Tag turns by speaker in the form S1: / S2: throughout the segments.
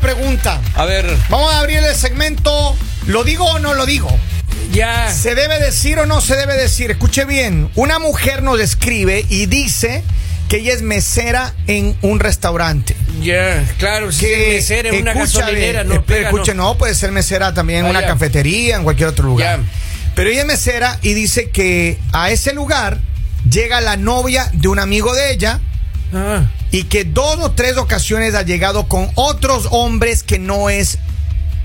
S1: pregunta.
S2: A ver,
S1: Vamos a abrir el segmento. ¿Lo digo o no lo digo?
S2: ya.
S1: ¿Se debe decir o no se debe decir? Escuche bien. Una mujer nos escribe y dice que ella es mesera en un restaurante.
S2: Ya, claro, si
S1: Que,
S2: es mesera en una
S1: escúchame,
S2: gasolinera, no
S1: espe-
S2: pega,
S1: escuche, no. puede ser mesera también en
S2: Ah,
S1: una
S2: ya.
S1: cafetería, en cualquier otro lugar.
S2: Ya.
S1: Pero ella es mesera y dice que a ese lugar llega la novia de un amigo de ella
S2: no. Ah,
S1: y que dos o tres ocasiones ha llegado con otros hombres que no es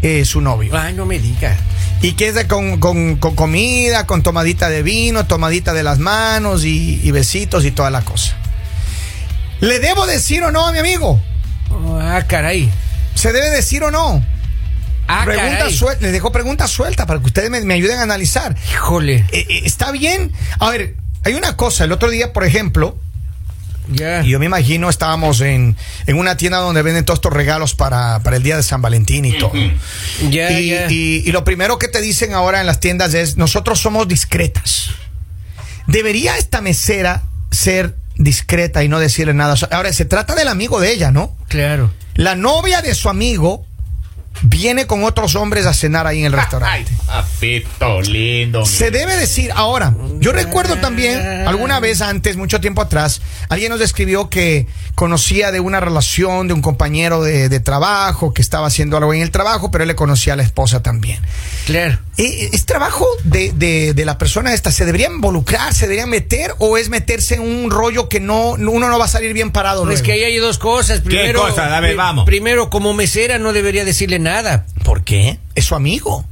S1: eh, su novio.
S2: ay, no me diga.
S1: Y que es de con, con- con comida, con tomadita de vino, tomadita de las manos y, y besitos y toda la cosa. ¿Le debo decir o no a mi amigo?
S2: Ah, caray.
S1: ¿Se debe decir o no?
S2: Ah,
S1: Pregunta
S2: caray.
S1: suel- Les dejo preguntas sueltas para que ustedes me, me ayuden a analizar.
S2: Híjole.
S1: Eh, eh, ¿Está bien? A ver, hay una cosa. El otro día, por ejemplo,
S2: Ya.
S1: Y yo me imagino estábamos en, en una tienda donde venden todos estos regalos para, para el día de San Valentín y todo.
S2: Ya,
S1: y,
S2: ya.
S1: y- y lo primero que te dicen ahora en las tiendas es, nosotros somos discretas. ¿Debería esta mesera ser discreta y no decirle nada? O sea, Ahora, se trata del amigo de ella, ¿no?
S2: Claro.
S1: La novia de su amigo viene con otros hombres a cenar ahí en el restaurante.
S3: Papito lindo. mi-
S1: Se debe decir ahora. Yo recuerdo también, alguna vez antes, mucho tiempo atrás, alguien nos describió que conocía de una relación de un compañero de, de trabajo que estaba haciendo algo en el trabajo, pero él le conocía a la esposa también.
S2: Claro.
S1: ¿E- ¿Es trabajo de, de- de la persona esta? ¿Se debería involucrar? ¿Se debería meter? ¿O es meterse en un rollo que no no- uno no va a salir bien parado?
S2: Es
S1: luego?
S2: que ahí hay dos cosas. Primero,
S3: cosas? A ver,
S2: pri-
S3: vamos.
S2: Primero, como mesera no debería decirle nada.
S1: ¿Por qué? Es su amigo.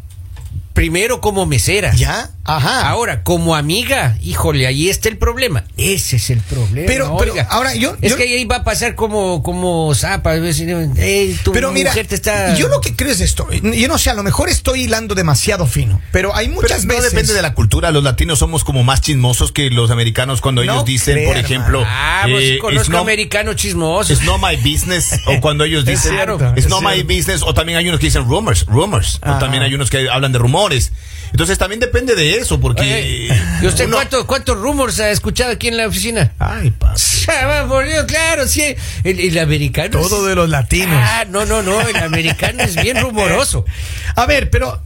S2: Primero, como mesera.
S1: ¿Ya? Ajá.
S2: Ahora, como amiga, híjole, ahí está el problema. Ese es el problema.
S1: Pero- pero
S2: oiga.
S1: ahora yo-
S2: Es
S1: yo-
S2: que ahí va a pasar como, como zapa. a veces, eh, tu
S1: pero mira,
S2: mujer te está.
S1: yo lo que creo es esto. Yo no sé, a lo mejor estoy hilando demasiado fino, pero hay
S3: Pero
S1: muchas
S3: no
S1: veces.
S3: depende de la cultura. Los latinos somos como más chismosos que los americanos cuando
S1: No
S3: ellos dicen,
S1: creo,
S3: por ejemplo,
S2: Ah, pues sí
S3: eh,
S2: conozco
S3: it's, no,
S2: americano chismoso.
S3: it's not my business. o cuando ellos
S1: Es
S3: dicen,
S1: cierto,
S3: it's
S1: es
S3: not my
S1: cierto.
S3: business. O también hay unos que dicen rumors, rumors.
S1: Ajá.
S3: O también hay unos que hablan de rumores. Entonces también depende de eso, porque.
S2: Oye,
S3: eh,
S2: ¿Y usted
S3: uno-
S2: cuánto- cuántos rumores ha escuchado aquí en la oficina?
S3: Ay, papi.
S2: Ah, por Dios, claro, sí. El, el americano. es-
S1: Todo de los latinos.
S2: Ah, no, no, no. El americano es bien rumoroso.
S1: Eh, A ver, pero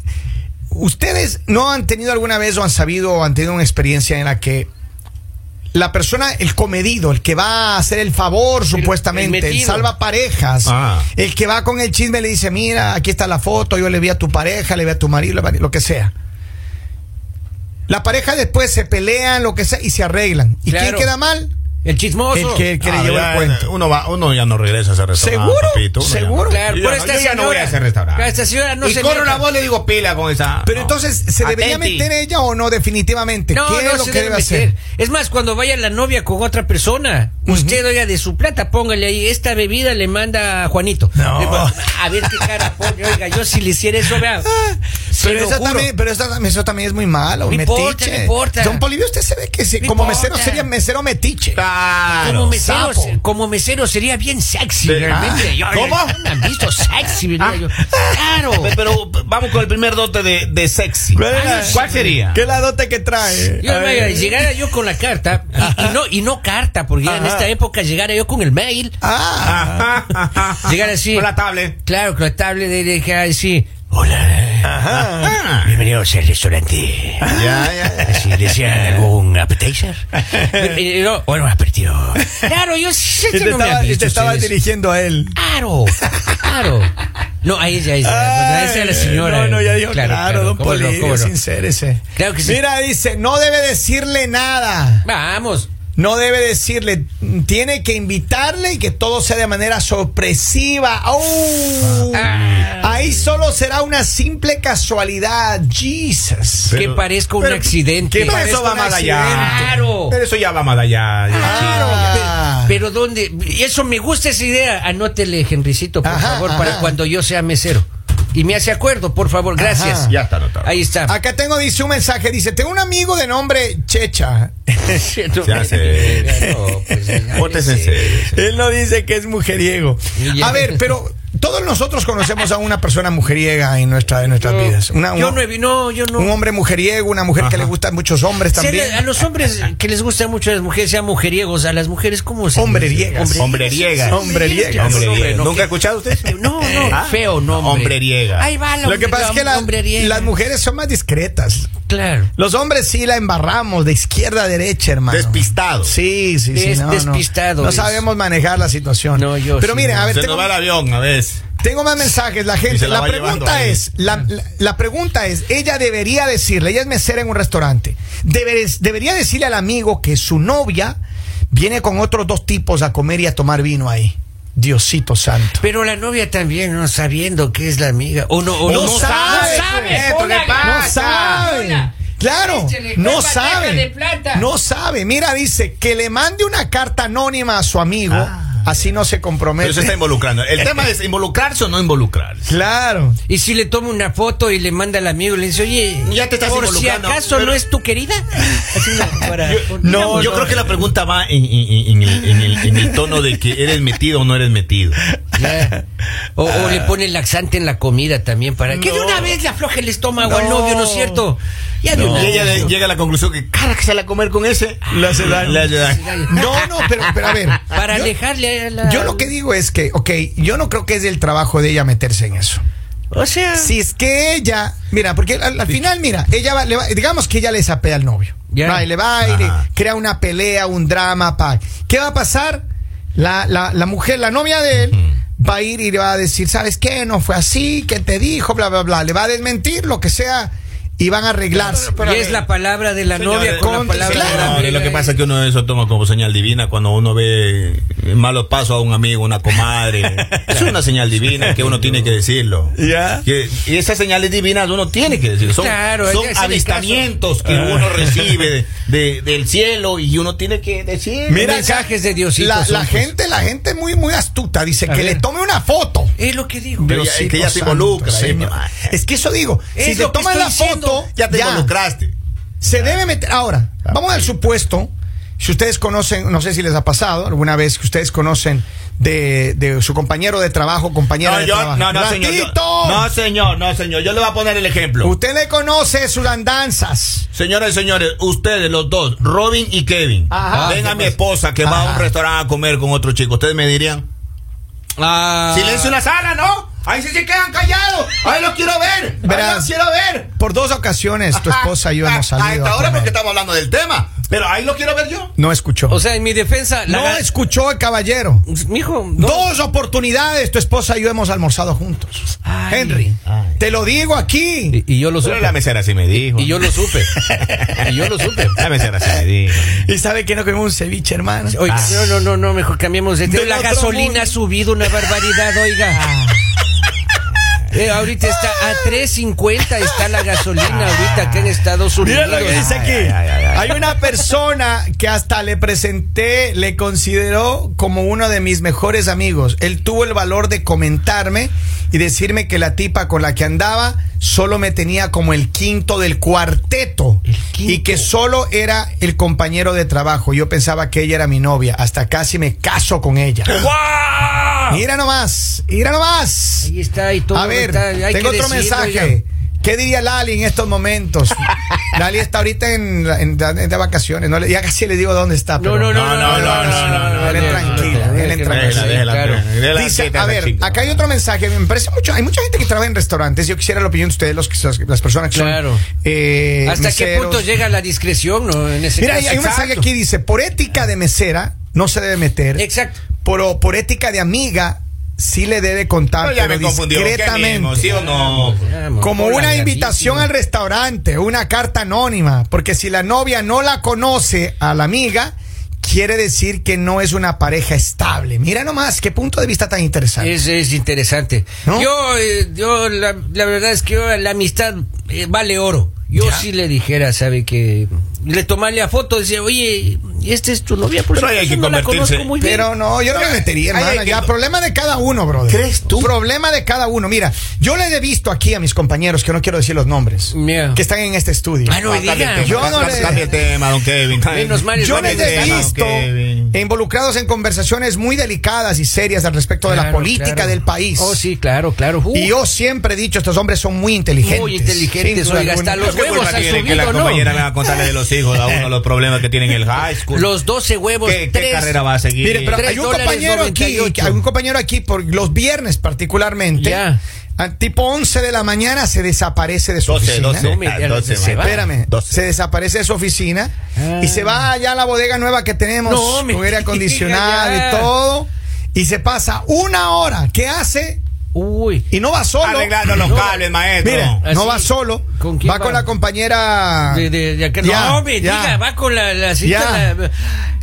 S1: ustedes no han tenido alguna vez o han sabido o han tenido una experiencia en la que la persona, el comedido, el que va a hacer el favor supuestamente, el,
S2: metido.
S1: salva parejas,
S3: Ah.
S1: el que va con el chisme le dice, mira, aquí está la foto, yo le vi a tu pareja, le vi a tu marido, lo que sea. La pareja después se pelean, lo que sea, y se arreglan. ¿Y quién
S2: Claro.
S1: queda mal?
S2: El chismoso.
S1: El que, el que le
S3: Ah,
S1: llevó
S3: ya,
S1: el cuento.
S3: Uno, va, uno ya no regresa a ese restaurante.
S1: ¿Seguro?
S3: papito, uno ya no.
S1: ¿Seguro?
S2: Claro,
S3: Yo
S2: por
S3: ya
S2: esta
S3: no- yo ya no voy a
S2: señora.
S3: ese restaurante.
S2: A esta señora no
S3: y
S2: se
S3: corro
S2: meta.
S3: la voz le digo pila con esa.
S1: Pero
S3: No.
S1: entonces, ¿se debería
S3: Atenti.
S1: meter ella o no definitivamente?
S2: No,
S1: ¿Qué
S2: no
S1: es lo
S2: se
S1: que
S2: debe
S1: debe hacer?
S2: meter. Es más, cuando vaya la novia con otra persona, usted oiga de su plata, póngale ahí, esta bebida le manda a Juanito.
S1: No.
S2: Le va- A ver qué cara pone, oiga, yo si le hiciera eso, vea. se
S1: Pero,
S2: lo
S1: esa
S2: juro.
S1: también, pero esa también- eso también es muy malo,
S2: No
S1: metiche.
S2: importa, no importa.
S1: Don Polivio, usted se ve que se-
S2: No
S1: como
S2: importa.
S1: mesero sería mesero metiche.
S3: Claro.
S2: Como mesero,
S1: sapo.
S2: se- como mesero sería bien sexy,
S3: Sí.
S2: realmente.
S3: Ah,
S2: Yo-
S3: ¿cómo?
S2: yo- Me han visto sexy, ¿verdad? Yo- claro.
S3: Pe- Pero vamos con el primer dote de, de sexy.
S1: Ay,
S3: ¿Cuál sería?
S1: ¿Qué la dote que trae?
S2: Yo, oiga, llegara yo con la carta, y, y no, y no carta, porque en esta época llegara yo con el mail,
S1: Ah,
S2: llegara así.
S3: Con la tablet.
S2: Claro, con la tablet de dejar así. Hola. Ah, Bienvenidos al restaurante.
S3: Ya, ya.
S2: Si desean algún appetizer. Eh, eh, no, bueno, aperitivo. Claro, yo sí
S1: y
S2: que
S1: te
S2: no me
S1: Este estaba,
S2: han
S1: y
S2: visto
S1: te estaba
S2: ustedes.
S1: dirigiendo a él.
S2: Claro, claro. No, pues, ahí ella, ella, esa es la señora.
S1: No, no, ya dijo, claro, don
S2: cómo no,
S1: Polivio,
S2: cómo no.
S1: sincérese.
S2: Claro que sí.
S1: Mira, dice, no debe decirle nada.
S2: Vamos.
S1: No debe decirle, tiene que invitarle y que todo sea de manera sorpresiva. ¡Oh!
S2: Ah.
S1: Ahí solo será una simple casualidad. Jesus.
S2: que parezca un
S3: pero-
S2: accidente.
S3: que
S1: Pero
S3: eso
S1: es
S3: va
S1: un
S3: más allá.
S1: accidente.
S2: Claro.
S3: Pero eso ya va más allá. ya,
S1: Claro.
S3: sí.
S1: Ah.
S2: Pero dónde, y eso me gusta esa idea. Anótele, Henricito, por
S1: Ajá,
S2: favor,
S1: ajá.
S2: para cuando yo sea mesero. Y me hace acuerdo, por favor, gracias.
S1: Ajá.
S3: Ya está anotado.
S2: Ahí está.
S1: Acá tengo, dice un mensaje, dice, tengo un amigo de nombre Checha.
S2: No,
S3: Ya sé.
S2: no, pues, ya
S3: Pórtese en
S2: sé.
S3: serio.
S1: Él no dice que es mujeriego.
S2: Y ya.
S1: A ver, pero todos nosotros conocemos a una persona mujeriega en, nuestra, en nuestras vidas. Una-
S2: yo
S1: un-
S2: no, he vi- no, yo no.
S1: Un hombre mujeriego, una mujer que
S3: Ajá.
S1: le gustan muchos hombres
S2: Sí, a la-
S1: también.
S2: a los hombres que les gusta mucho a las mujeres, sean mujeriegos, a las mujeres, ¿cómo se
S1: Hombreriegas.
S2: Hombre-
S3: Hombreriegas.
S1: Hombreriegas.
S2: No,
S3: Hombreriegas.
S2: no,
S3: ¿Nunca ha escuchado usted?
S2: que- No, no,
S3: Ah.
S2: feo nombre.
S3: Hombreriega.
S2: Ahí va la
S1: Lo que pasa es que la-
S2: hombreriega.
S1: las mujeres son más discretas.
S2: Claro.
S1: Los hombres sí la embarramos de izquierda a derecha, hermano.
S3: Despistado.
S1: Sí, sí, sí.
S2: Des-
S1: no, no.
S2: despistado
S1: No
S2: es.
S1: sabemos manejar la situación.
S2: No, yo
S1: Pero
S2: sí,
S1: mire,
S2: no.
S1: a ver,
S3: Se
S1: tengo,
S3: nos va el avión, a veces.
S1: tengo más mensajes. La
S3: Y
S1: gente,
S3: se la
S1: la,
S3: va llevando
S1: pregunta
S3: ahí. Ah.
S1: es, la, la- la pregunta es, ella debería decirle, ella es mesera en un restaurante, deberes- debería decirle al amigo que su novia viene con otros dos tipos a comer y a tomar vino ahí. Diosito santo.
S2: Pero la novia también, no sabiendo que es la amiga. O no, o
S1: No, sabe,
S4: no sabe,
S1: pues,
S4: Esto, ¿qué
S1: no
S4: pasa?
S1: sabe.
S4: Hola.
S1: Claro,
S4: Échale,
S1: no
S4: fue bandeja de
S1: sabe.
S4: plata.
S1: No sabe. Mira, dice que le mande una carta anónima a su amigo, así no se
S3: Pero se está
S1: compromete.
S3: involucrando. El tema es involucrarse o no involucrarse.
S1: Claro.
S2: Y si le toma una foto y le manda al amigo y le dice, oye,
S3: Ya te estás
S2: por si
S3: involucrando,
S2: acaso
S3: pero-
S2: no es tu querida. Así no, para-
S1: No,
S3: yo
S1: no.
S3: creo que la pregunta va en, en- en- en el, en el- en el tono de que eres metido o no eres metido.
S2: Ya. O, o
S3: Ah.
S2: le pone laxante en la comida también para que de una vez le afloje el estómago al
S1: No.
S2: novio, ¿no es cierto? Ya de una
S3: Y ella
S2: vez,
S3: de-
S2: ¿no?
S3: llega a la conclusión que, cara, que sale a comer con ese.
S1: Le hace daño.
S3: Le hace daño.
S1: No, no, pero, pero a ver.
S2: Para
S1: yo,
S2: alejarle a la...
S1: yo lo que digo es que, ok, yo no creo que es el trabajo de ella meterse en eso.
S2: O sea...
S1: Si es que ella, mira, porque al, al final, mira, ella va, le va- digamos que ella le sapea al novio.
S2: Ya.
S1: Va, y le va y le
S3: Ajá.
S1: crea una pelea, un drama, pa. ¿Qué va a pasar? La, la, la mujer, la novia de él, va a ir y le va a decir, ¿sabes qué? No fue así, ¿qué te dijo? Bla, bla, bla. Le va a desmentir, lo que sea, y van a arreglarse.
S2: Y es la palabra de la
S3: Señores,
S2: novia con la
S1: con-
S2: palabra de la
S1: claro.
S3: Señores,
S2: amiga.
S3: lo que pasa es que uno eso toma como señal divina cuando uno ve malos pasos a un amigo, una comadre. Es una señal divina que uno tiene que decirlo.
S1: Ya.
S3: Que- y esas señales divinas uno tiene que decir. Son,
S2: Claro,
S3: son
S2: hay que hacerle Ah.
S3: avistamientos que uno recibe de- de- del cielo y uno tiene que decir.
S2: Mira, mensajes de Diosito
S1: La,
S2: son,
S1: la
S2: pues.
S1: gente, la gente muy, muy astuta, dice
S2: A
S1: que
S2: ver.
S1: le tome una foto.
S2: Es lo que digo.
S3: Pero ya- es que ya se
S1: Diosito
S3: involucra,
S1: santo,
S3: ahí,
S1: señor.
S3: mamá.
S1: Es que eso digo,
S2: Es
S1: si te
S2: lo que
S1: toman
S2: estoy
S1: la
S2: diciendo.
S1: foto,
S3: ya te involucraste.
S1: Se debe meter. Ahora, vamos al supuesto. Si ustedes conocen, no sé si les ha pasado alguna vez que ustedes conocen de, de su compañero de trabajo, compañera
S3: No,
S1: de
S3: yo,
S1: trabajo.
S3: no, no, señor. yo-
S1: ¡Ratito!
S3: no, señor, no, señor. Yo le voy a poner el ejemplo.
S1: Usted le conoce sus andanzas.
S3: Señoras y señores, ustedes los dos, Robin y Kevin,
S1: Ajá. Ah,
S3: ven
S1: ¿Qué
S3: a
S1: pasa?
S3: mi
S1: Ah.
S3: esposa que va a un
S1: Ajá.
S3: restaurante a comer con otro chico. Ustedes me dirían,
S2: Ah,
S3: silencio en la sala, ¿no? Ahí sí se quedan callados. Ahí los quiero ver. Ahí
S1: Verás.
S3: los quiero ver.
S1: Por dos ocasiones tu esposa y yo hemos
S3: A
S1: salido. a
S3: esta hora
S1: comer.
S3: Ah, porque estamos hablando del tema. Pero ahí los quiero ver yo.
S1: No escuchó.
S2: O sea, en mi defensa... la
S1: no
S2: ga-
S1: escuchó el caballero.
S2: Mijo, no.
S1: Dos oportunidades tu esposa y yo hemos almorzado juntos.
S2: Ay.
S1: Henry,
S3: Ay.
S1: te lo digo aquí.
S2: Y, y yo lo
S3: Pero
S2: supe.
S3: la mesera sí me dijo.
S2: Y yo lo supe. y yo lo supe.
S1: Ah,
S3: La mesera sí me dijo.
S1: Y sabe que no comemos un ceviche, hermano.
S2: Oiga,
S3: Ah.
S2: no, no, no, no, mejor cambiemos de tema.
S1: Del
S2: La
S1: otro
S2: gasolina
S1: mundo. Ah.
S2: ha subido una barbaridad, oiga. Eh, ahorita está a 3.50 está la gasolina ahorita acá en Estados Unidos.
S1: Ah. Mira lo que dice aquí.
S3: ay, ay, ay, ay.
S1: Hay una persona que hasta le presenté, le consideró como uno de mis mejores amigos. Él tuvo el valor de comentarme y decirme que la tipa con la que andaba solo me tenía como el quinto del cuarteto
S2: quinto.
S1: y que solo era el compañero de trabajo. Yo pensaba que ella era mi novia, hasta casi me caso con ella.
S3: Ah.
S1: Mira nomás, mira nomás.
S2: Ahí está, y todo.
S1: A ver,
S2: está, hay
S1: tengo
S2: que
S1: otro
S2: decirlo,
S1: mensaje.
S2: oiga.
S1: ¿Qué diría Lali en estos momentos? Lali está ahorita en, en- en- de vacaciones. No, le- ya casi le digo dónde está.
S2: No,
S1: pero-
S2: no, no, no, no,
S3: No, no, no, no, no,
S1: Dele
S3: no, pues,
S1: tranquila,
S2: no, no,
S1: dele
S2: no,
S1: tranquila.
S2: no, no,
S3: Claro.
S2: claro.
S1: Dice, a ver, acá hay otro mensaje. Me parece mucho. Hay mucha gente que trabaja en restaurantes. Yo quisiera la opinión de ustedes, los, que son- las personas que son.
S2: Claro.
S1: eh,
S2: ¿Hasta qué
S1: meseros.
S2: punto llega la discreción no? en ese
S1: Mira, hay,
S2: caso?
S1: hay un mensaje
S2: Exacto.
S1: aquí dice: por ética de mesera no se debe meter.
S2: Exacto.
S1: Pero por ética de amiga sí le debe contar.
S3: No, ya
S1: pero
S3: me confundió. ¿Qué
S1: discretamente.
S3: mismo, ¿Sí o no?
S2: Vamos,
S1: Como
S2: hola,
S1: una
S2: Gabriel.
S1: invitación al restaurante, una carta anónima, porque si la novia no la conoce a la amiga, quiere decir que no es una pareja estable. Mira nomás, qué punto de vista tan interesante.
S2: Es, es interesante.
S1: ¿No?
S2: Yo, eh, yo la, la verdad es que yo, la amistad eh, vale oro. Yo
S1: Ya.
S2: sí le dijera, sabe que le tomaría la foto, decía, oye, esta es tu novia, por
S3: Pero ahí hay
S2: supuesto,
S3: que
S2: no la
S3: convertirse.
S2: conozco muy bien.
S1: Pero no, yo no me metería,
S3: Ay,
S1: hermano.
S3: ay, que
S1: ya,
S3: no.
S1: problema de cada uno, brother.
S3: ¿Crees tú?
S1: Problema de cada uno. Mira, yo les he visto aquí a mis compañeros, que no quiero decir los nombres,
S2: Ya.
S1: que están en este estudio.
S2: Ah, no me
S3: Ah, cambia
S2: diga.
S3: el tema,
S1: Yo no
S3: cambia-
S1: le-
S3: cambia el tema, don Kevin.
S2: Menos mal,
S1: Yo
S2: Vale,
S1: les he
S2: hermano,
S1: visto involucrados en conversaciones muy delicadas y serias al respecto de la
S2: Claro,
S1: política
S2: claro.
S1: del país.
S2: Oh, sí, claro, claro. Uh,
S1: Y yo siempre he dicho, estos hombres son muy inteligentes.
S2: Muy inteligentes,
S1: Sin duda
S2: oiga,
S1: alguna.
S2: hasta los
S3: ¿Qué
S2: huevos
S3: culpa
S2: han
S3: tiene que la
S2: subido, ¿no?
S3: compañera venga a contarle de los hijos a uno los problemas que tienen en el high school?
S2: Los 12 huevos,
S3: ¿Qué, qué
S2: tres-
S3: carrera va a seguir?
S1: Mire, pero
S2: Tres
S1: hay un
S2: dólares
S1: compañero aquí,
S2: 98.
S1: hay un compañero aquí por los viernes particularmente,
S2: Ya.
S1: a tipo 11 de la mañana se desaparece de su
S3: 12,
S1: oficina.
S3: 12,
S2: No me-
S3: ah,
S2: ya
S3: 12,
S2: se
S3: man.
S2: va.
S1: Espérame,
S3: 12.
S1: se desaparece de su oficina
S2: Ah.
S1: y se va allá a la bodega nueva que tenemos
S2: No, me
S1: con aire acondicionado
S2: diga
S1: y
S2: ya.
S1: todo. Y se pasa una hora. ¿Qué hace?
S2: Uy.
S1: Y no va solo.
S3: Arreglando los
S2: No.
S3: cables, maestro.
S1: Mire,
S2: Así.
S1: no va solo.
S2: ¿Con quién
S1: va, con
S2: va?
S1: la compañera.
S2: De, de, de aquel-
S1: Ah. Ya,
S2: no, me
S1: ya.
S2: diga, va con la, la cita.
S1: Ya.
S2: la-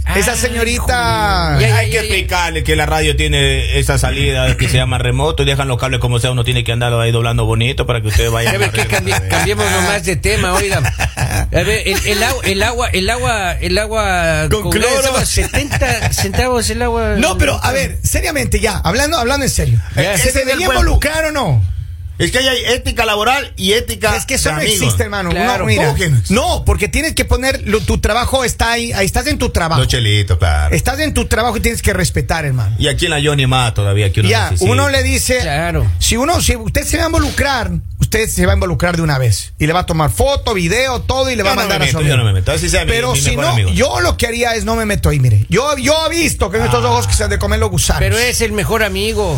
S2: Ah,
S1: Esa
S2: Ay,
S1: señorita-
S2: joder. Ya, ya,
S3: Hay que
S2: ya, ya.
S3: explicarle que la radio tiene esa salida que se llama remoto y dejan los cables como sea, uno tiene que andar ahí doblando bonito para que usted vaya.
S2: A ver, que cambi- cambiemos nomás de tema, oiga. A ver, el, el agua, el agua, el agua, el agua
S1: Con cloro.
S2: estaba 70 centavos el agua.
S1: No, pero a ver, seriamente ya, hablando, hablando en serio.
S2: Ya.
S1: ¿Se
S3: Ese es el
S1: debería
S3: cuento.
S1: involucrar o no?
S3: Es que ahí hay ética laboral y ética
S1: Es que eso
S3: de
S1: no
S3: amigos.
S1: existe, hermano.
S2: Claro.
S1: No, mira.
S3: ¿Cómo que no existe?
S1: No, porque tienes que poner lo- tu trabajo está ahí, ahí estás en tu trabajo.
S3: Los chelitos, claro.
S1: Estás en tu trabajo y tienes que respetar, hermano.
S3: Y aquí en la Johnny más todavía que uno
S1: ya,
S3: necesita.
S1: uno le dice,
S2: Claro.
S1: si uno, si usted se va a involucrar, usted se va a involucrar de una vez y le va a tomar foto, video, todo y le
S3: Yo
S1: va a
S3: no
S1: mandar
S3: me
S1: a su
S3: meto, yo
S1: amigo.
S3: no me meto. Así sea mi-
S1: Pero
S3: mi
S1: si
S3: mejor
S1: no,
S3: amigo.
S1: yo lo que haría es no me meto ahí, mire. Yo, yo he visto que en
S3: Ah.
S1: estos ojos que se han de comer los gusanos.
S2: Pero es el mejor amigo.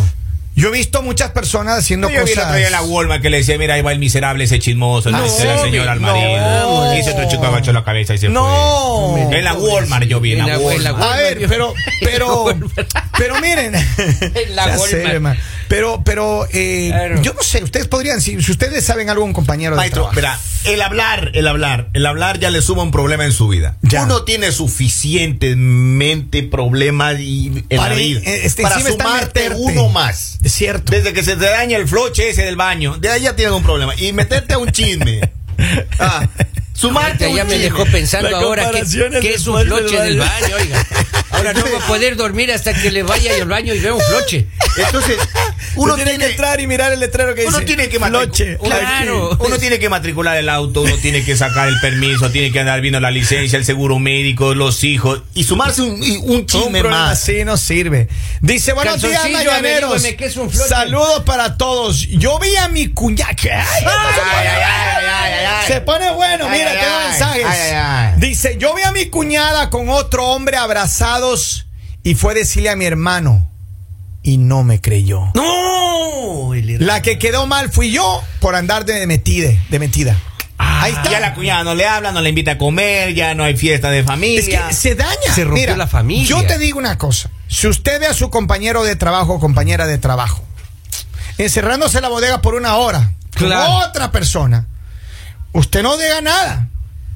S1: Yo he visto muchas personas haciendo
S3: No, yo vi el
S1: cosas.
S3: otro día en la Walmart que le decía, mira, ahí va el miserable ese chismoso, le
S1: Ah,
S3: dice la
S2: no,
S3: señora al
S2: no.
S3: marido. Y ese otro chico agachó la cabeza y se
S1: No.
S3: fue. En la Walmart yo vi, en
S2: En
S3: la
S2: la- en la
S3: Walmart.
S1: A ver, pero, pero, pero miren.
S2: La
S1: Ya sé,
S2: Goldman.
S1: hermano. Pero, pero, eh,
S2: Claro.
S1: yo no sé, ustedes podrían, si, si ustedes saben algo, un compañero de
S3: Maestro,
S1: trabajo.
S3: verá, el hablar, el hablar, el hablar ya le suma un problema en su vida.
S1: Ya.
S3: Uno tiene suficientemente problemas y, en
S1: Para-
S3: la vida
S1: eh, este,
S3: para
S1: encima está
S3: sumarte
S1: meterte.
S3: uno más.
S1: Es cierto.
S3: Desde que se te daña el floche ese del baño, de ahí ya tienes un problema. Y meterte a un chisme. Ah, sumarte
S2: Ahorita
S3: a un
S2: ya me
S3: chisme.
S2: dejó pensando
S1: La
S2: ahora que,
S1: comparación es
S2: que es un
S1: después del
S2: floche del
S1: baño.
S2: baño, oiga. Ahora no va a poder dormir hasta que le vaya yo al baño y vea un floche.
S3: Entonces, uno tiene
S1: y mirar el letrero que
S3: uno tiene que matricu-
S2: Claro.
S3: Uno uno tiene que matricular el auto, uno tiene que sacar el permiso, tiene que andar viendo la licencia, el seguro médico, los hijos y sumarse un, y un
S1: Un
S3: chisme
S1: problema
S3: más.
S1: así no sirve. Dice, buenos días,
S2: Calzoncillo,
S1: mañaneros.
S2: averígüeme qué es un flote.
S1: Saludos para todos. Yo vi a mi cuñada.
S3: ay, ay, ay, ay, ay.
S1: Se pone bueno,
S3: Ay,
S1: mira,
S3: ay,
S1: tengo
S3: ay.
S1: mensajes.
S3: Ay, ay, ay.
S1: Dice, yo vi a mi cuñada con otro hombre abrazados y fue a decirle a mi hermano y no me creyó.
S2: ¡No!
S1: La que quedó mal fui yo por andar de metide, de metida. Ahí está.
S3: Ah, Ya la cuñada no le habla, no le invita a comer, ya no hay fiesta de
S1: Es que
S3: familia.
S1: se daña.
S2: Se rompió la familia.
S1: Yo te digo una cosa. Si usted ve a su compañero de trabajo o compañera de trabajo encerrándose en la bodega por una hora
S2: Claro.
S1: con otra persona, usted no diga nada.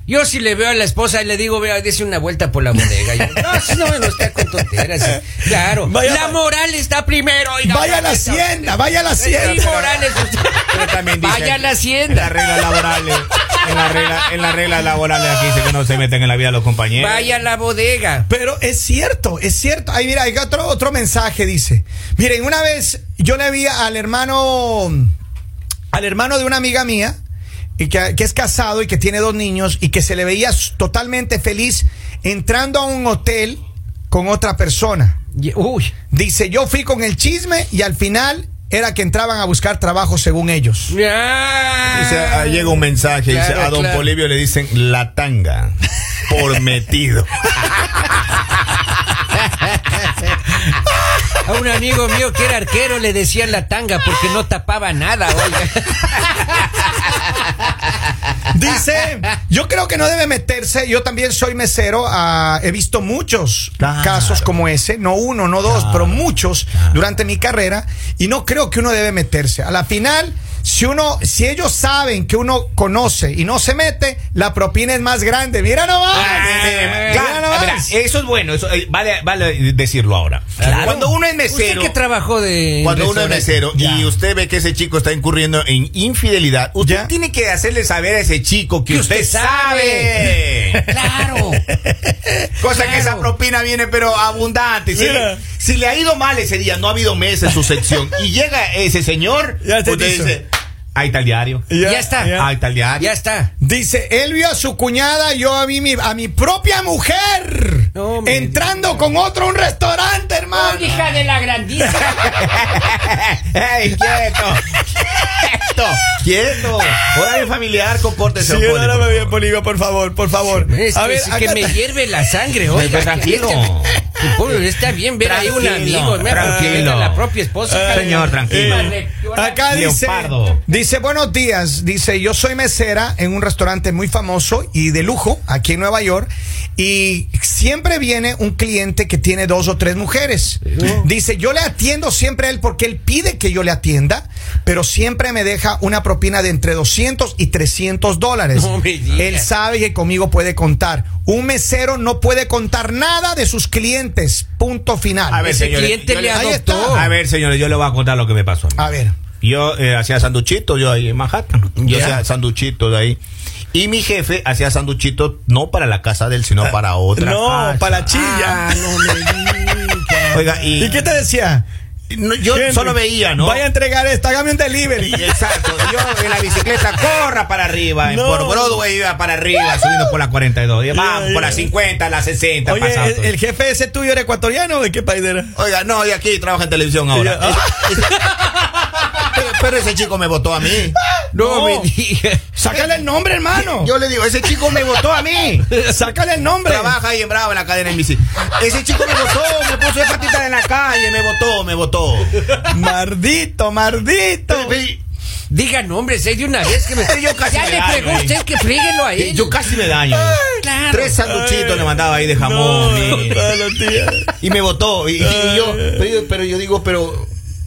S2: Yo si le veo a la esposa y le digo, vea, dése una vuelta por la bodega. Yo, no, si no, no está con tonteras. Claro,
S1: Vaya-
S2: la moral está primero. oiga.
S1: Vaya a la hacienda, vaya a la
S2: Sí,
S1: hacienda.
S2: moral es usted.
S3: Pero también dice
S2: Vaya a la
S3: En las
S2: hacienda.
S3: reglas laborales, en las reglas en las reglas laborales aquí dice que no se meten en la vida de los compañeros.
S2: Vaya a la bodega.
S1: Pero es cierto, es cierto. Ahí mira, hay otro, otro mensaje, dice. Miren, una vez yo le vi al hermano, al hermano de una amiga mía, y que, que es casado y que tiene dos niños, y que se le veía s- totalmente feliz entrando a un hotel con otra persona.
S2: Y- Uy,
S1: Dice, yo fui con el chisme y al final era que entraban a buscar trabajo según ellos.
S2: ya.
S3: Dice, ah, llega un mensaje, dice,
S2: Claro,
S3: a don
S2: claro.
S3: Polibio le dicen la tanga por metido.
S2: A un amigo mío que era arquero le decían la tanga porque no tapaba nada, oiga.
S1: Dice, yo creo que no debe meterse, yo también soy mesero, ah, he visto muchos
S3: Claro.
S1: casos como ese, no uno, no dos, pero muchos durante mi carrera, y no creo que uno debe meterse. A la final, si uno, si ellos saben que uno conoce y no se mete, la propina es más grande. Mira nomás.
S4: Ah,
S1: mira
S4: claro,
S1: nomás.
S4: mira, eso es bueno, eso, eh, vale, vale decirlo ahora. Cuando uno es
S2: ¿Usted
S4: mesero,
S2: que trabajó de
S3: Cuando uno es
S2: restaurante?
S3: mesero y
S4: Ya.
S3: usted ve que ese chico está incurriendo en infidelidad, usted
S1: Ya.
S3: tiene que hacerle saber a ese chico que,
S2: Que
S3: usted,
S2: usted
S3: sabe.
S2: Claro.
S3: Cosa
S2: Claro.
S3: que esa propina viene pero abundante. Si,
S4: Mira.
S3: si le ha ido mal ese día, no ha habido meses en su sección y llega ese señor,
S4: Ya te
S3: usted
S4: hizo.
S3: dice, ahí está el diario.
S2: Ya, está.
S4: ya.
S3: Ahí está el diario.
S2: Ya está.
S1: Dice, él vio a su cuñada, yo a mí mi- a mi propia mujer
S2: No, mi-
S1: entrando con otro a un restaurante, hermano.
S2: Oh, hija de la grandísima.
S3: ¡Ey, quieto! ¡Quieto! ¡Quieto! Horario familiar, compórtese.
S4: Sí,
S3: don Poli, por
S4: ahora
S3: favor.
S4: bien, Poligo, por favor, por favor.
S2: Es,
S4: A ver,
S2: es que
S4: acá
S2: me
S4: está.
S2: hierve la sangre, oiga.
S3: Pero tranquilo.
S2: Que- que- pobre, está bien ver ahí un
S3: Tranquilo,
S2: amigo, me
S3: tranquilo.
S2: la propia esposa.
S4: Ay,
S2: cara.
S3: señor, tranquilo.
S2: Vale,
S1: Acá dice,
S3: Leopardo.
S1: dice, buenos días, dice, yo soy mesera en un restaurante muy famoso y de lujo aquí en Nueva York y siempre viene un cliente que tiene dos o tres mujeres. Dice, yo le atiendo siempre a él porque él pide que yo le atienda, pero siempre me deja una propina de entre 200 y 300 dólares.
S2: No me digas.
S1: él sabe que conmigo puede contar. Un mesero no puede contar nada de sus clientes. Punto final.
S3: A ver,
S2: Ese
S3: señores,
S2: cliente
S3: yo
S2: le
S3: le-
S1: Ahí
S2: adoptó.
S1: está.
S3: A ver, señores, yo le voy a contar lo que me pasó. a mí.
S4: Ah.
S1: A ver.
S3: Yo eh, hacía sanduchitos, yo ahí en Manhattan. Yo
S1: Ya.
S3: hacía sanduchitos de ahí. Y mi jefe hacía sanduchitos no para la casa de él, sino para otra.
S4: Ah, No,
S3: casa.
S4: para la chilla.
S2: Ah, no me digas.
S3: Oiga, y,
S4: ¿Y qué te decía?
S3: no, yo
S4: Henry,
S3: solo veía, ¿no?
S4: Vaya a entregar esto, hágame un delivery.
S3: Y Exacto, yo en la bicicleta corra para arriba, en
S4: No.
S3: por Broadway iba para arriba, subiendo por la 42, y vamos
S4: Ya,
S3: por
S4: ya.
S3: la 50, la 60,
S4: Oye,
S3: pasando.
S4: el, el jefe ese tuyo era ecuatoriano o de qué país era? ah,
S3: Oiga, no, de aquí trabaja en televisión ahora.
S4: Ya.
S3: Ese- ese- Pero- pero ese chico me votó a mí.
S2: No
S4: No.
S2: me digas.
S4: Sácale el nombre, hermano.
S3: Yo le digo, ese chico me votó a mí.
S4: Sácale el nombre.
S3: Trabaja ahí en Bravo en la cadena NBC. Ese chico me votó, me puso de patita en la calle, me votó, me votó.
S4: Mardito, mardito.
S2: Diga nombres, eh, de una vez que me.
S3: Yo casi
S2: ya
S3: me
S2: le
S3: daño,
S2: fregó
S3: eh.
S2: usted que fríguelo a él.
S3: Yo casi me daño.
S2: Claro.
S3: Tres sanduchitos le mandaba ahí de jamón.
S4: No,
S3: y-
S4: total, tía.
S3: Y me votó. Y, y yo, pero yo, pero yo digo, pero,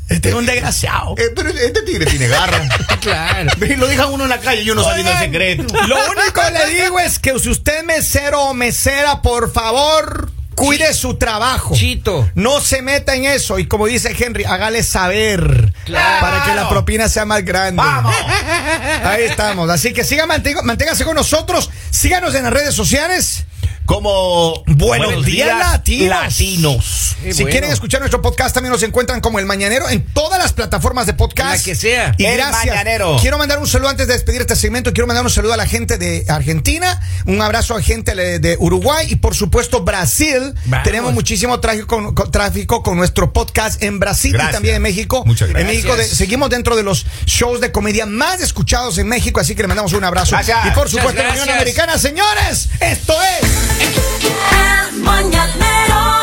S4: Este es un desgraciado.
S3: eh, pero este tigre tiene garra.
S2: Claro.
S3: Lo deja uno en la calle y uno saliendo en secreto.
S1: Lo único que le digo es que si usted es mesero o mesera, por favor, cuide su trabajo.
S2: Chito.
S1: No se meta en eso. Y como dice Henry, hágale saber
S2: Claro.
S1: para que la propina sea más grande. Ahí estamos. Así que siga, mantengo- manténgase con nosotros. Síganos en las redes sociales.
S3: Como
S1: Buenos días, latinos.
S3: latinos.
S2: Qué
S1: si
S2: bueno.
S1: quieren escuchar nuestro podcast, también nos encuentran como El Mañanero en todas las plataformas de podcast.
S2: La que sea.
S1: Y
S3: El
S1: gracias.
S3: Mañanero.
S1: Quiero mandar un saludo antes de despedir este segmento. Quiero mandar un saludo a la gente de Argentina, un abrazo a gente de de Uruguay y, por supuesto, Brasil.
S2: Vamos.
S1: Tenemos muchísimo tráfico con, con- tráfico con nuestro podcast en Brasil y
S3: Gracias.
S1: también en México.
S3: Muchas gracias.
S1: En México de- seguimos dentro de los shows de comedia más escuchados en México, así que le mandamos un abrazo.
S3: Gracias.
S1: Y, por supuesto, la
S2: Muchas
S1: Unión
S2: gracias.
S1: Americana. Señores, esto es.
S5: El mañanero